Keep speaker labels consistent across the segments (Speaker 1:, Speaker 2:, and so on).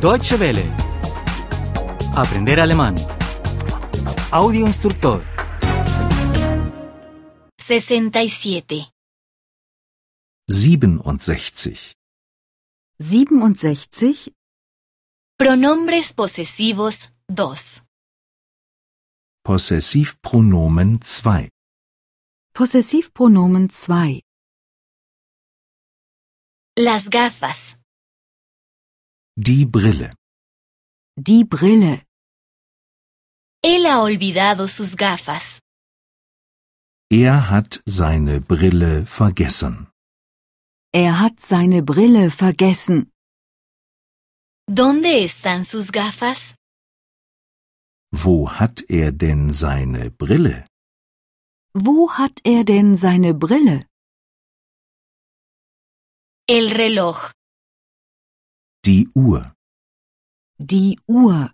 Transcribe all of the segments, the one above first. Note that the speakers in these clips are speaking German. Speaker 1: Deutsche Welle. Aprender alemán. Audio instructor.
Speaker 2: 67.
Speaker 3: 67.
Speaker 4: 67
Speaker 2: Pronombres posesivos 2.
Speaker 3: Possessivpronomen 2.
Speaker 4: Possessivpronomen 2
Speaker 2: Las gafas.
Speaker 3: Die Brille.
Speaker 4: Die Brille.
Speaker 2: Él ha olvidado sus gafas.
Speaker 3: Er hat seine Brille vergessen.
Speaker 4: Er hat seine Brille vergessen.
Speaker 2: ¿Dónde están sus gafas?
Speaker 3: Wo hat er denn seine Brille?
Speaker 4: Wo hat er denn seine Brille?
Speaker 2: El reloj.
Speaker 3: Die Uhr.
Speaker 4: Die Uhr.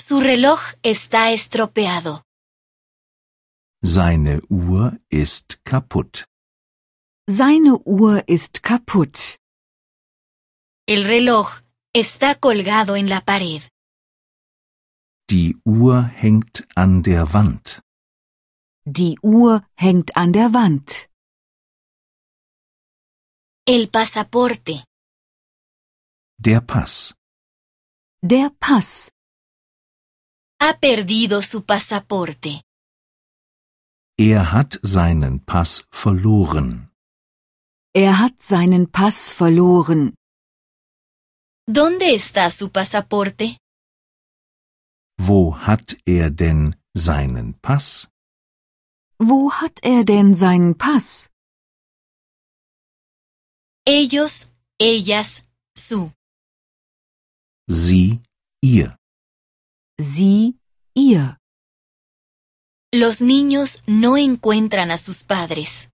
Speaker 2: Su reloj está estropeado.
Speaker 3: Seine Uhr ist kaputt.
Speaker 4: Seine Uhr ist kaputt.
Speaker 2: El reloj está colgado en la pared.
Speaker 3: Die Uhr hängt an der Wand.
Speaker 4: Die Uhr hängt an der Wand.
Speaker 2: El pasaporte.
Speaker 3: Der Pass.
Speaker 4: Der Pass.
Speaker 2: Ha perdido su pasaporte.
Speaker 3: Er hat seinen Pass verloren.
Speaker 4: Er hat seinen Pass verloren.
Speaker 2: ¿Dónde está su pasaporte?
Speaker 3: Wo hat er denn seinen Pass?
Speaker 4: Wo hat er denn seinen Pass?
Speaker 2: Ellos, ellas, su.
Speaker 3: Sie, ihr.
Speaker 4: Sie, ihr.
Speaker 2: Los niños no encuentran a sus padres.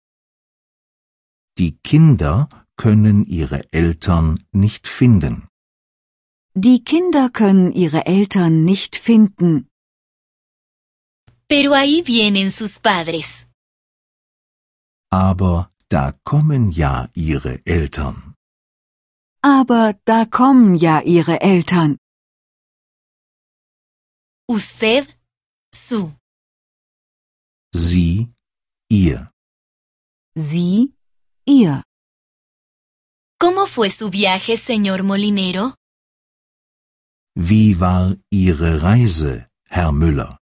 Speaker 3: Die Kinder können ihre Eltern nicht finden.
Speaker 4: Die Kinder können ihre Eltern nicht finden,
Speaker 2: Pero ahí vienen sus padres.
Speaker 3: Aber da kommen ja ihre Eltern.
Speaker 4: aber da kommen ja ihre Eltern.
Speaker 2: Usted, su.
Speaker 3: Sie, ihr.
Speaker 4: Sie, ihr.
Speaker 2: ¿Cómo fue su viaje, señor Molinero?
Speaker 3: Wie war Ihre Reise, Herr Müller?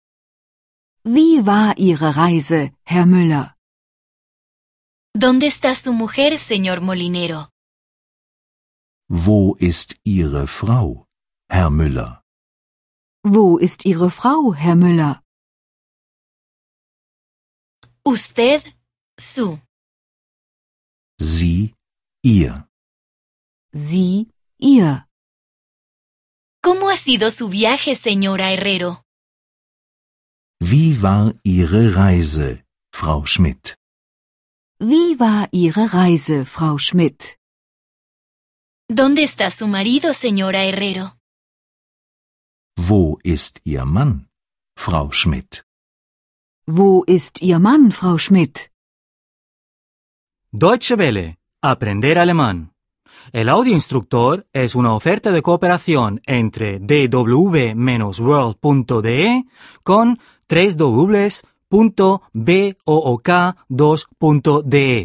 Speaker 4: Wie war Ihre Reise, Herr Müller?
Speaker 2: ¿Dónde está su mujer, señor Molinero?
Speaker 3: Wo ist Ihre Frau, Herr Müller?
Speaker 4: Wo ist Ihre Frau, Herr Müller?
Speaker 2: Usted, su.
Speaker 3: Sie, ihr.
Speaker 4: Sie, ihr.
Speaker 2: ¿Cómo ha sido su viaje, señora Herrero?
Speaker 3: Wie war Ihre Reise, Frau Schmidt?
Speaker 4: Wie war Ihre Reise, Frau Schmidt?
Speaker 2: ¿Dónde está su marido, señora Herrero?
Speaker 3: Wo ist Ihr Mann, Frau Schmidt?
Speaker 4: Wo ist Ihr Mann, Frau Schmidt?
Speaker 1: Deutsche Welle. Aprender alemán. El audio instructor es una oferta de cooperación entre dw-world.de con 3 2de